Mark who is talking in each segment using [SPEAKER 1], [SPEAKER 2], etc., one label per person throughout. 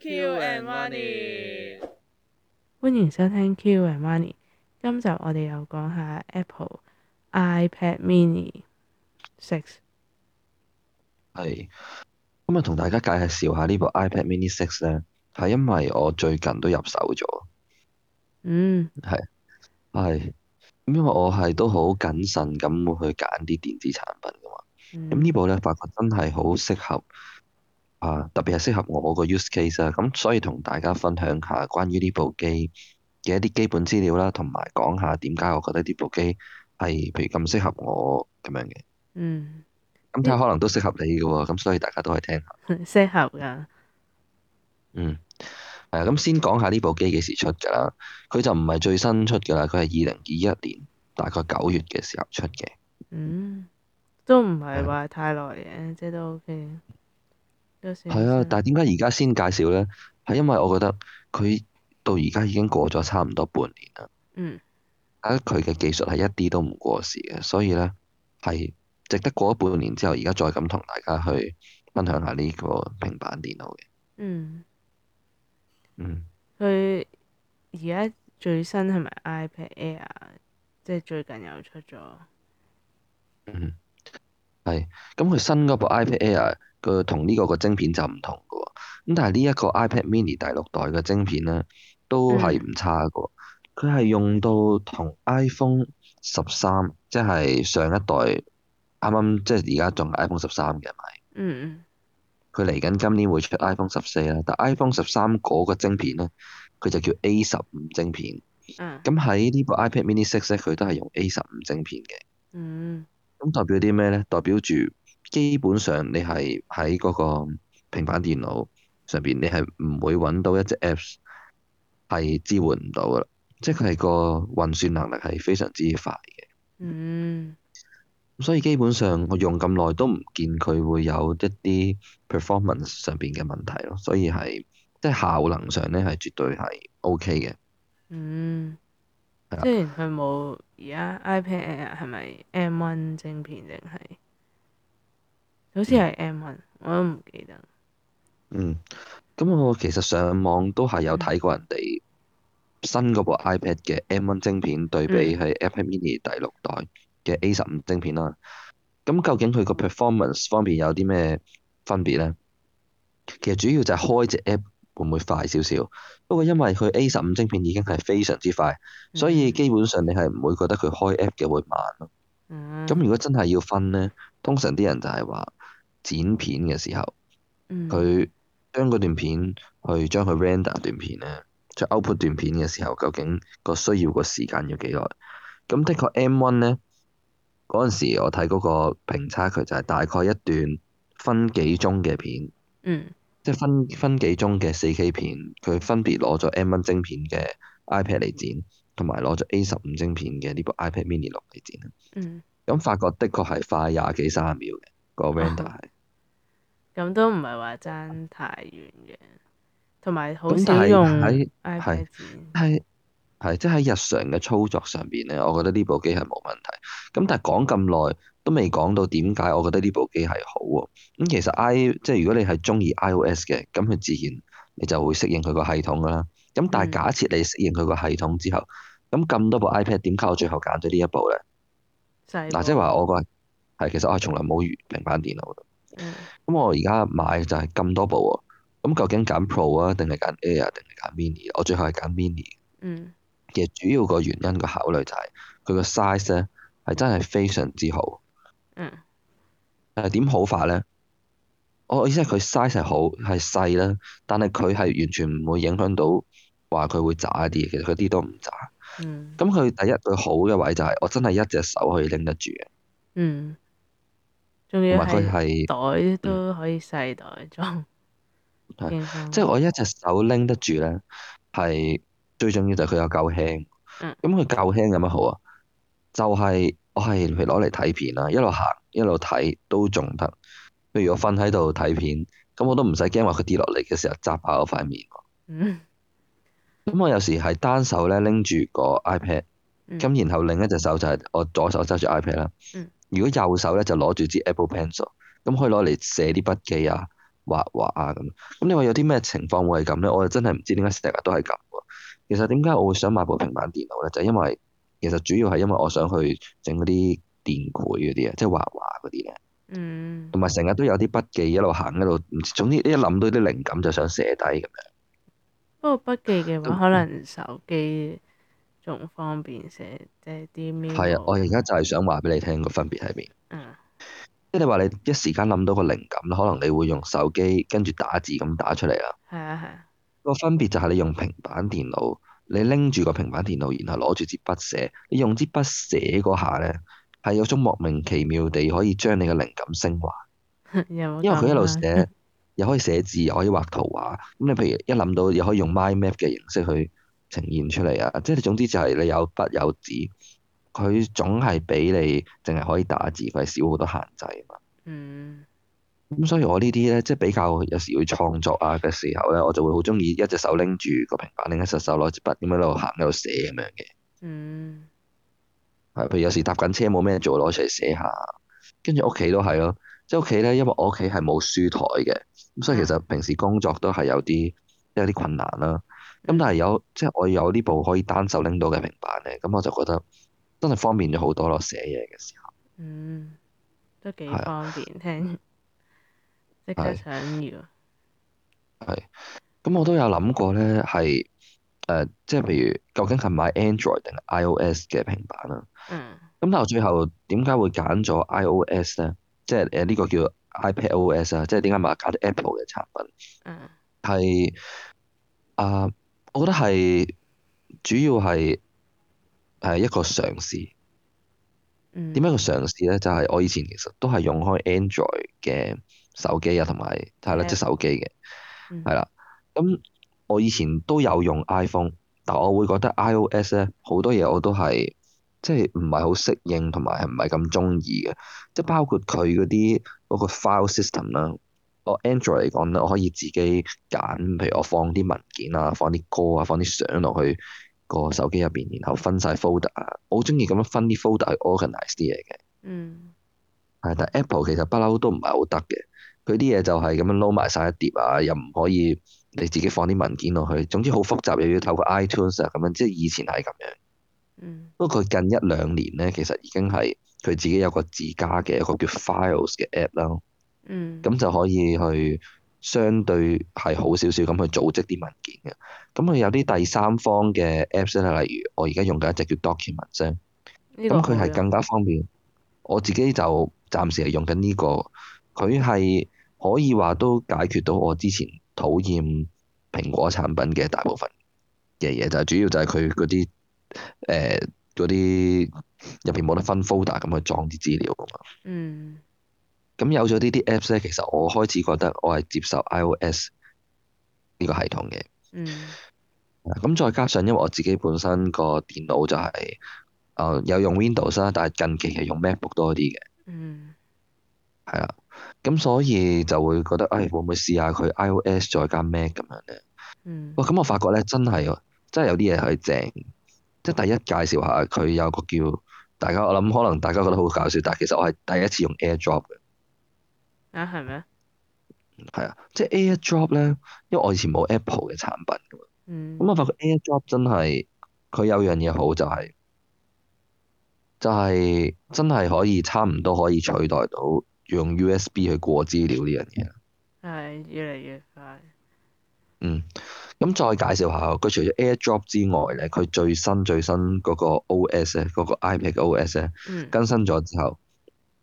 [SPEAKER 1] Q and Money
[SPEAKER 2] 歡迎收聽 Q and Money。今集我哋又講下 Apple iPad Mini Six。
[SPEAKER 3] 係，今日同大家介紹下呢部 iPad Mini Six 咧，係因為我最近都入手咗，
[SPEAKER 2] 嗯，
[SPEAKER 3] 係，咁因為我係都好謹慎咁會去揀啲電子產品噶嘛，
[SPEAKER 2] 嗯
[SPEAKER 3] 咁呢部咧發覺真係好適合啊，特別係適合我個 use case 啊，咁所以同大家分享下關於呢部機嘅一啲基本資料啦，同埋講下點解我覺得呢部機係譬如咁適合我咁樣嘅，
[SPEAKER 2] 嗯
[SPEAKER 3] 咁睇下可能都適合你嘅喎，咁所以大家都可以聽下。
[SPEAKER 2] 嗯適合㗎。
[SPEAKER 3] 嗯，係啊，咁先講下呢部機幾時出㗎啦。佢就唔係最新出㗎啦，佢係二零二一年大概九月嘅時候出嘅。
[SPEAKER 2] 嗯，都唔係
[SPEAKER 3] 係
[SPEAKER 2] 話太耐嘅，即係都 OK，都算
[SPEAKER 3] 係啊，
[SPEAKER 2] 新
[SPEAKER 3] 但係點解而家先介紹呢？係因為我覺得佢到而家已經過咗差唔多半年啦，
[SPEAKER 2] 嗯
[SPEAKER 3] 而家佢嘅技術係一啲都唔過時嘅，所以呢，係值得過咗半年之後，而家再咁同大家去分享下呢個平板電腦嘅。
[SPEAKER 2] 嗯，
[SPEAKER 3] 嗯，
[SPEAKER 2] 佢而家最新係咪 iPad Air？即係最近又出咗。
[SPEAKER 3] 嗯，係，咁佢新嗰部 iPad Air 佢同呢個個晶片就唔同嘅喎，咁但係呢一個 iPad Mini 第六代嘅晶片咧，都係唔差嘅喎，佢係用到同 iPhone 十三，即係上一代啱啱即係而家仲係 iPhone 十三嘅係咪？
[SPEAKER 2] 嗯
[SPEAKER 3] 佢嚟緊今年會出 iPhone 十四啦，但 iPhone 十三嗰個晶片咧，佢就叫 A 十五晶片，
[SPEAKER 2] 嗯啊
[SPEAKER 3] 咁喺呢部 iPad Mini Six 咧，佢都係用 A 十五晶片嘅。
[SPEAKER 2] 嗯
[SPEAKER 3] 咁代表啲咩呢？代表住基本上你係喺嗰個平板電腦上邊，你係唔會揾到一隻 Apps 係支援唔到噶啦，即係佢係個運算能力係非常之快嘅。
[SPEAKER 2] 嗯
[SPEAKER 3] 咁所以基本上我用咁耐都唔見佢會有一啲 performance 上邊嘅問題咯，所以係即係效能上呢係絕對係 OK 嘅。
[SPEAKER 2] 嗯，
[SPEAKER 3] 係啦
[SPEAKER 2] 雖然佢冇而家 iPad Air 係咪 M1 晶片定係？好似係 M1，我都唔記得。
[SPEAKER 3] 嗯，咁我其實上網都係有睇過人哋新嗰部 iPad 嘅 M1 晶片對比係 iPad Mini 第六代嘅 A 十五晶片啦。咁究竟佢個 performance 方面有啲咩分別呢？其實主要就係開隻 app 會唔會快少少。不過因為佢 A 十五晶片已經係非常之快，所以基本上你係唔會覺得佢開 app 嘅會慢咯。
[SPEAKER 2] 嗯
[SPEAKER 3] 咁如果真係要分呢，通常啲人就係話剪片嘅時候。
[SPEAKER 2] 嗯
[SPEAKER 3] 佢將嗰段片去將佢 render 段片咧，即係 output 段片嘅時候，究竟個需要個時間要幾耐？咁的確 M1 咧嗰陣時，我睇嗰個評測佢就係大概一段分幾鐘嘅片，
[SPEAKER 2] 嗯
[SPEAKER 3] 即係分分幾鐘嘅 4K 片，佢分別攞咗 M1 晶片嘅 iPad 嚟剪，同埋攞咗 A 十五晶片嘅呢部 iPad Mini 六嚟剪。啊
[SPEAKER 2] 嗯，
[SPEAKER 3] 咁發覺的確係快廿幾三十秒嘅個 render 係。
[SPEAKER 2] 咁都唔係話爭太遠嘅，同埋好
[SPEAKER 3] 咁但
[SPEAKER 2] 少
[SPEAKER 3] 係
[SPEAKER 2] 用
[SPEAKER 3] 喺
[SPEAKER 2] iPad 剪。
[SPEAKER 3] 係係，即係喺日常嘅操作上邊咧，我覺得呢部機係冇問題。咁但係講咁耐都未講到點解我覺得呢部機係好喎。咁其實 i 即係如果你係中意 iOS 嘅，咁佢自然你就會適應佢個系統㗎啦。咁
[SPEAKER 2] 嗯
[SPEAKER 3] 但係假設你適應佢個系統之後，咁咁多部 iPad 點解我最後揀咗呢一部咧？
[SPEAKER 2] 細
[SPEAKER 3] 嗱，即係話我個係其實我係從來冇平板電腦嘅。
[SPEAKER 2] 部嗯
[SPEAKER 3] 咁我而家買就係咁多部喎。咁究竟揀 Pro 啊，定係揀 Air，定係揀 Mini？我最啊後係揀 Mini 嘅。
[SPEAKER 2] 嗯
[SPEAKER 3] 其實主要個原因個考慮就係佢個 size 咧係真係非常之好。
[SPEAKER 2] 嗯
[SPEAKER 3] 但係點好法咧？我意思係佢 size 係好係細啦，但係佢係完全唔會影響到話佢會渣一啲嘅，其實佢啲都唔渣。
[SPEAKER 2] 嗯
[SPEAKER 3] 咁佢第一佢好嘅位就係我真係一隻手可以拎得住嘅，
[SPEAKER 2] 嗯，仲要
[SPEAKER 3] 同埋佢
[SPEAKER 2] 係
[SPEAKER 3] 係嗯
[SPEAKER 2] 袋都可以細袋裝，
[SPEAKER 3] 係
[SPEAKER 2] 健康
[SPEAKER 3] 即係我一隻手拎得住咧，係最重要就係佢有夠
[SPEAKER 2] 嗯
[SPEAKER 3] 輕。咁佢夠輕有乜好啊？就係、我係譬如攞嚟睇片啦，一路行一路睇都仲得。譬如我瞓喺度睇片，咁我都唔使驚話佢跌落嚟嘅時候砸爆我塊面。
[SPEAKER 2] 嗯
[SPEAKER 3] 咁我有時係單手咧拎住個 iPad，
[SPEAKER 2] 嗯
[SPEAKER 3] 咁然後另一隻手就係我左手揸住 iPad 啦
[SPEAKER 2] 嗯。
[SPEAKER 3] 如果右手咧就攞住支 Apple Pencil，咁可以攞嚟寫啲筆記啊，畫畫啊咁。咁你話有啲咩情況會係咁咧？我就真係唔知點解成日都係咁喎。其實點解我會想買部平板電腦咧？就係因為其實主要係因為我想去整嗰啲電繪嗰啲啊，即係畫畫嗰啲咧。
[SPEAKER 2] 嗯，
[SPEAKER 3] 同埋成日都有啲筆記一路行一路，唔知總之一諗到啲靈感就想寫低咁樣。
[SPEAKER 2] 不過筆記嘅話，
[SPEAKER 3] 咁
[SPEAKER 2] 可能手機仲方便寫，即係啲 m e
[SPEAKER 3] 係啊，我而家就係想話俾你聽個分別喺邊。
[SPEAKER 2] 嗯
[SPEAKER 3] 即係你話你一時間諗到個靈感，可能你會用手機跟住打字咁打出嚟啦。
[SPEAKER 2] 係啊係 啊，
[SPEAKER 3] 個分別就係你用平板電腦，你拎住個平板電腦，然後攞住支筆寫，你用支筆寫嗰下咧，係有種莫名其妙地可以將你嘅靈感升華，
[SPEAKER 2] 有冇
[SPEAKER 3] 因為佢一路
[SPEAKER 2] 咁啊
[SPEAKER 3] 寫，又可以寫字，又可以畫圖畫。咁你譬如一諗到，又可以用 mind map 嘅形式去呈現出嚟啊！即係你總之就係你有筆有紙，佢總係比你淨係可以打字，佢係少好多限制啊嘛。
[SPEAKER 2] 嗯
[SPEAKER 3] 咁所以我呢啲咧，即係比較有時要創作啊嘅時候咧，我就會好中意一隻手拎住個平板，另一隻手攞支筆咁樣喺度行喺度寫咁樣嘅。
[SPEAKER 2] 嗯
[SPEAKER 3] 係，譬如有時搭緊車冇咩做，攞出嚟寫下。跟住屋企都係咯，即係屋企咧，因為我屋企係冇書台嘅，咁所以其實平時工作都係有啲有啲困難啦。咁但係有即係我有呢部可以單手拎到嘅平板咧，咁我就覺得真係方便咗好多咯，寫嘢嘅時候。
[SPEAKER 2] 嗯，都幾
[SPEAKER 3] 係啊
[SPEAKER 2] 方便 聽，即刻
[SPEAKER 3] 係
[SPEAKER 2] 想要，
[SPEAKER 3] 咁我都有諗過咧，係誒、呃即係譬如究竟係買 Android 定係 iOS 嘅平板啦。
[SPEAKER 2] 嗯
[SPEAKER 3] 咁但係最後點解會揀咗 iOS 咧？即係呃誒呢個叫 iPadOS 啊，即係點解咪揀咗 Apple 嘅產品？
[SPEAKER 2] 嗯
[SPEAKER 3] 係啊、我覺得係主要係係一個嘗試。
[SPEAKER 2] 嗯，
[SPEAKER 3] 點解個嘗試咧？就係、我以前其實都係用開 Android 嘅手機啊，同埋係啦，即係手機嘅。
[SPEAKER 2] 嗯
[SPEAKER 3] 係啦，咁我以前都有用 iPhone，但我會覺得 iOS 咧好多嘢我都係即係唔係好適應，同埋係唔係咁中意嘅，即係包括佢嗰啲嗰個 file system 啦。我 Android 嚟講咧，我可以自己揀，譬如我放啲文件啊，放啲歌啊，放啲相落去個手機入邊，然後分晒 folder 啊。我好中意咁樣分啲 folder 去 organize 啲嘢嘅。
[SPEAKER 2] 嗯
[SPEAKER 3] 係，但 Apple 其實不嬲都唔係好得嘅，佢啲嘢就係咁樣撈埋晒一碟啊，又唔可以你自己放啲文件落去，總之好複雜，又要透過 iTunes 啊咁樣，即係以前係咁樣。
[SPEAKER 2] 嗯
[SPEAKER 3] 不過佢近一兩年咧，其實已經係佢自己有個自家嘅一個叫 Files 嘅 app 啦，
[SPEAKER 2] 嗯，
[SPEAKER 3] 咁就可以去相對係好少少咁去組織啲文件嘅。咁佢有啲第三方嘅 apps 咧，例如我而家用緊一隻叫啊 Document 啫。
[SPEAKER 2] 呢個
[SPEAKER 3] 咁佢
[SPEAKER 2] 好
[SPEAKER 3] 係
[SPEAKER 2] 用
[SPEAKER 3] 更加方便。我自己就暫時係用緊呢個，佢係可以話都解決到我之前討厭蘋果產品嘅大部分嘅嘢，就係主要就係佢嗰啲誒嗰啲入邊冇得分 folder 咁去裝啲資料㗎嘛。
[SPEAKER 2] 嗯
[SPEAKER 3] 咁有咗呢啲 apps 咧，其實我開始覺得我係接受 iOS 呢個系統嘅。
[SPEAKER 2] 嗯
[SPEAKER 3] 咁再加上因為我自己本身個電腦就係、呃有用 Windows 啦，但係近期係用 MacBook 多啲嘅。
[SPEAKER 2] 嗯
[SPEAKER 3] 係啦，咁所以就會覺得，唉，會唔會試下佢 iOS 再加 Mac 咁樣咧？
[SPEAKER 2] 嗯
[SPEAKER 3] 哇！咁我發覺咧，真係喎真係有啲嘢係正，即係第一介紹下佢有個叫大家，我諗可能大家覺得好搞笑，但係其實我係第一次用 AirDrop 嘅，
[SPEAKER 2] 啊係咩？
[SPEAKER 3] 係啊，即係 AirDrop 咧，因為我以前冇 Apple 嘅產品㗎嘛，
[SPEAKER 2] 嗯
[SPEAKER 3] 咁我發覺 AirDrop 真係佢有樣嘢好就係、就係、真係可以差唔多可以取代到用 USB 去過資料呢樣嘢。
[SPEAKER 2] 係越嚟越快，
[SPEAKER 3] 嗯，咁再介紹下，佢除咗 AirDrop 之外咧，佢最新最新嗰個 OS 咧，嗰個 iPad 嘅 OS 咧
[SPEAKER 2] 嗯
[SPEAKER 3] 更新咗之後，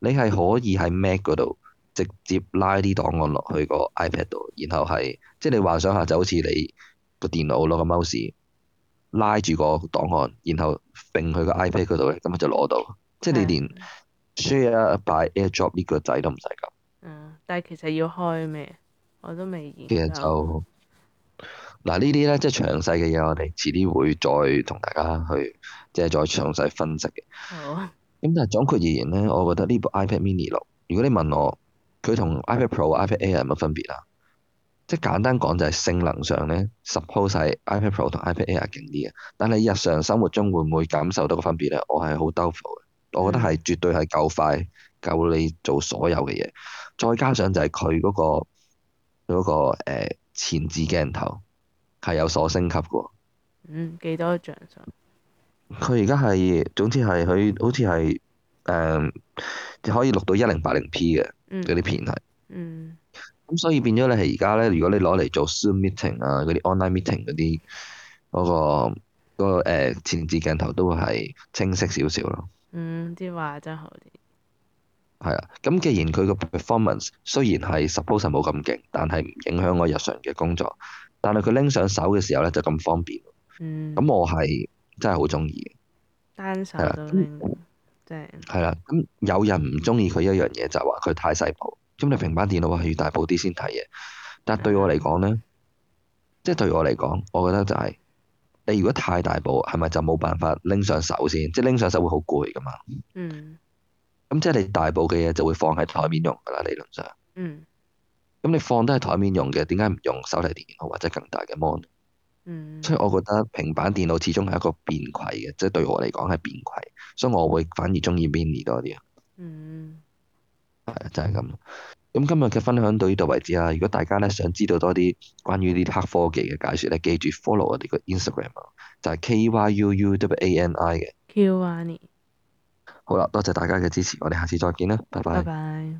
[SPEAKER 3] 你係可以喺 Mac 嗰度直接拉啲檔案落去個 iPad 度，然後係即係你幻想下就好似你個電腦攞個 mouse 拉住個檔案，然後揈去個 iPad 嗰度咧，咁就攞到，即係你連 Share by AirDrop 呢個掣都唔使撳。
[SPEAKER 2] 嗯，但係其實要開咩？我都未研究。
[SPEAKER 3] 其實就嗱呢啲咧，即係詳細嘅嘢，我哋遲啲會再同大家去即係再詳細分析嘅。
[SPEAKER 2] 好，
[SPEAKER 3] 咁但係總括而言咧，我覺得呢部 iPad Mini 六，如果你問我佢同 iPad Pro、iPad Air 有乜分別啊？即係簡單講就係性能上咧，suppose 係 iPad Pro 同 iPad Air 勁啲嘅，但係日常生活中會唔會感受到個分別咧？我係好 doubtful 嘅，我覺得係絕對係夠快，夠你做所有嘅嘢。再加上就係佢嗰個嗰個誒前置鏡頭係有所升級嘅喎。
[SPEAKER 2] 嗯，幾多像素？
[SPEAKER 3] 佢而家係總之係佢好似係誒可以錄到一零八零 P 嘅
[SPEAKER 2] 嗯
[SPEAKER 3] 嗰啲片係。
[SPEAKER 2] 嗯
[SPEAKER 3] 咁所以變咗你係而家咧，如果你攞嚟做 Zoom meeting 啊，嗰啲 online meeting 嗰啲嗰個嗰、個呃前置鏡頭都會係清晰少少咯。
[SPEAKER 2] 嗯，啲畫真好啲。
[SPEAKER 3] 係啊，咁既然佢個 performance 雖然係 suppose 係冇咁勁，但係唔影響我日常嘅工作。但係佢拎上手嘅時候咧就咁方便，
[SPEAKER 2] 嗯，
[SPEAKER 3] 咁我係真係好中意
[SPEAKER 2] 單手
[SPEAKER 3] 係啦
[SPEAKER 2] 都
[SPEAKER 3] 咁
[SPEAKER 2] 拎到，正。
[SPEAKER 3] 嘅。係啦，咁有人唔中意佢一樣嘢就係話佢太細部，咁你平板電腦係要大部啲先睇嘢。但係對我嚟講咧，即係對我嚟講，我覺得就係、你如果太大部，係咪就冇辦法拎上手先？即係拎上手會好攰噶嘛。
[SPEAKER 2] 嗯
[SPEAKER 3] 咁即係你大部嘅嘢就會放喺台面用㗎啦，理論上。
[SPEAKER 2] 嗯
[SPEAKER 3] 咁你放低喺台面用嘅，點解唔用手提電腦或者更大嘅 mon？
[SPEAKER 2] 嗯，
[SPEAKER 3] 所以我覺得平板電腦始終係一個便攜嘅，即係對我嚟講係便攜，所以我會反而中意 mini 多啲。
[SPEAKER 2] 嗯
[SPEAKER 3] 係啊，就係咁。咁今日嘅分享到呢度為止啊啦。如果大家咧想知道多啲關於呢啲黑科技嘅解説咧，記住 follow 我哋個 Instagram 啊，就係 K Y U U W A N I 嘅。
[SPEAKER 2] ，Q 啊你，
[SPEAKER 3] 好啦，多謝大家嘅支持，我哋下次再見啦，拜拜
[SPEAKER 2] 拜。拜。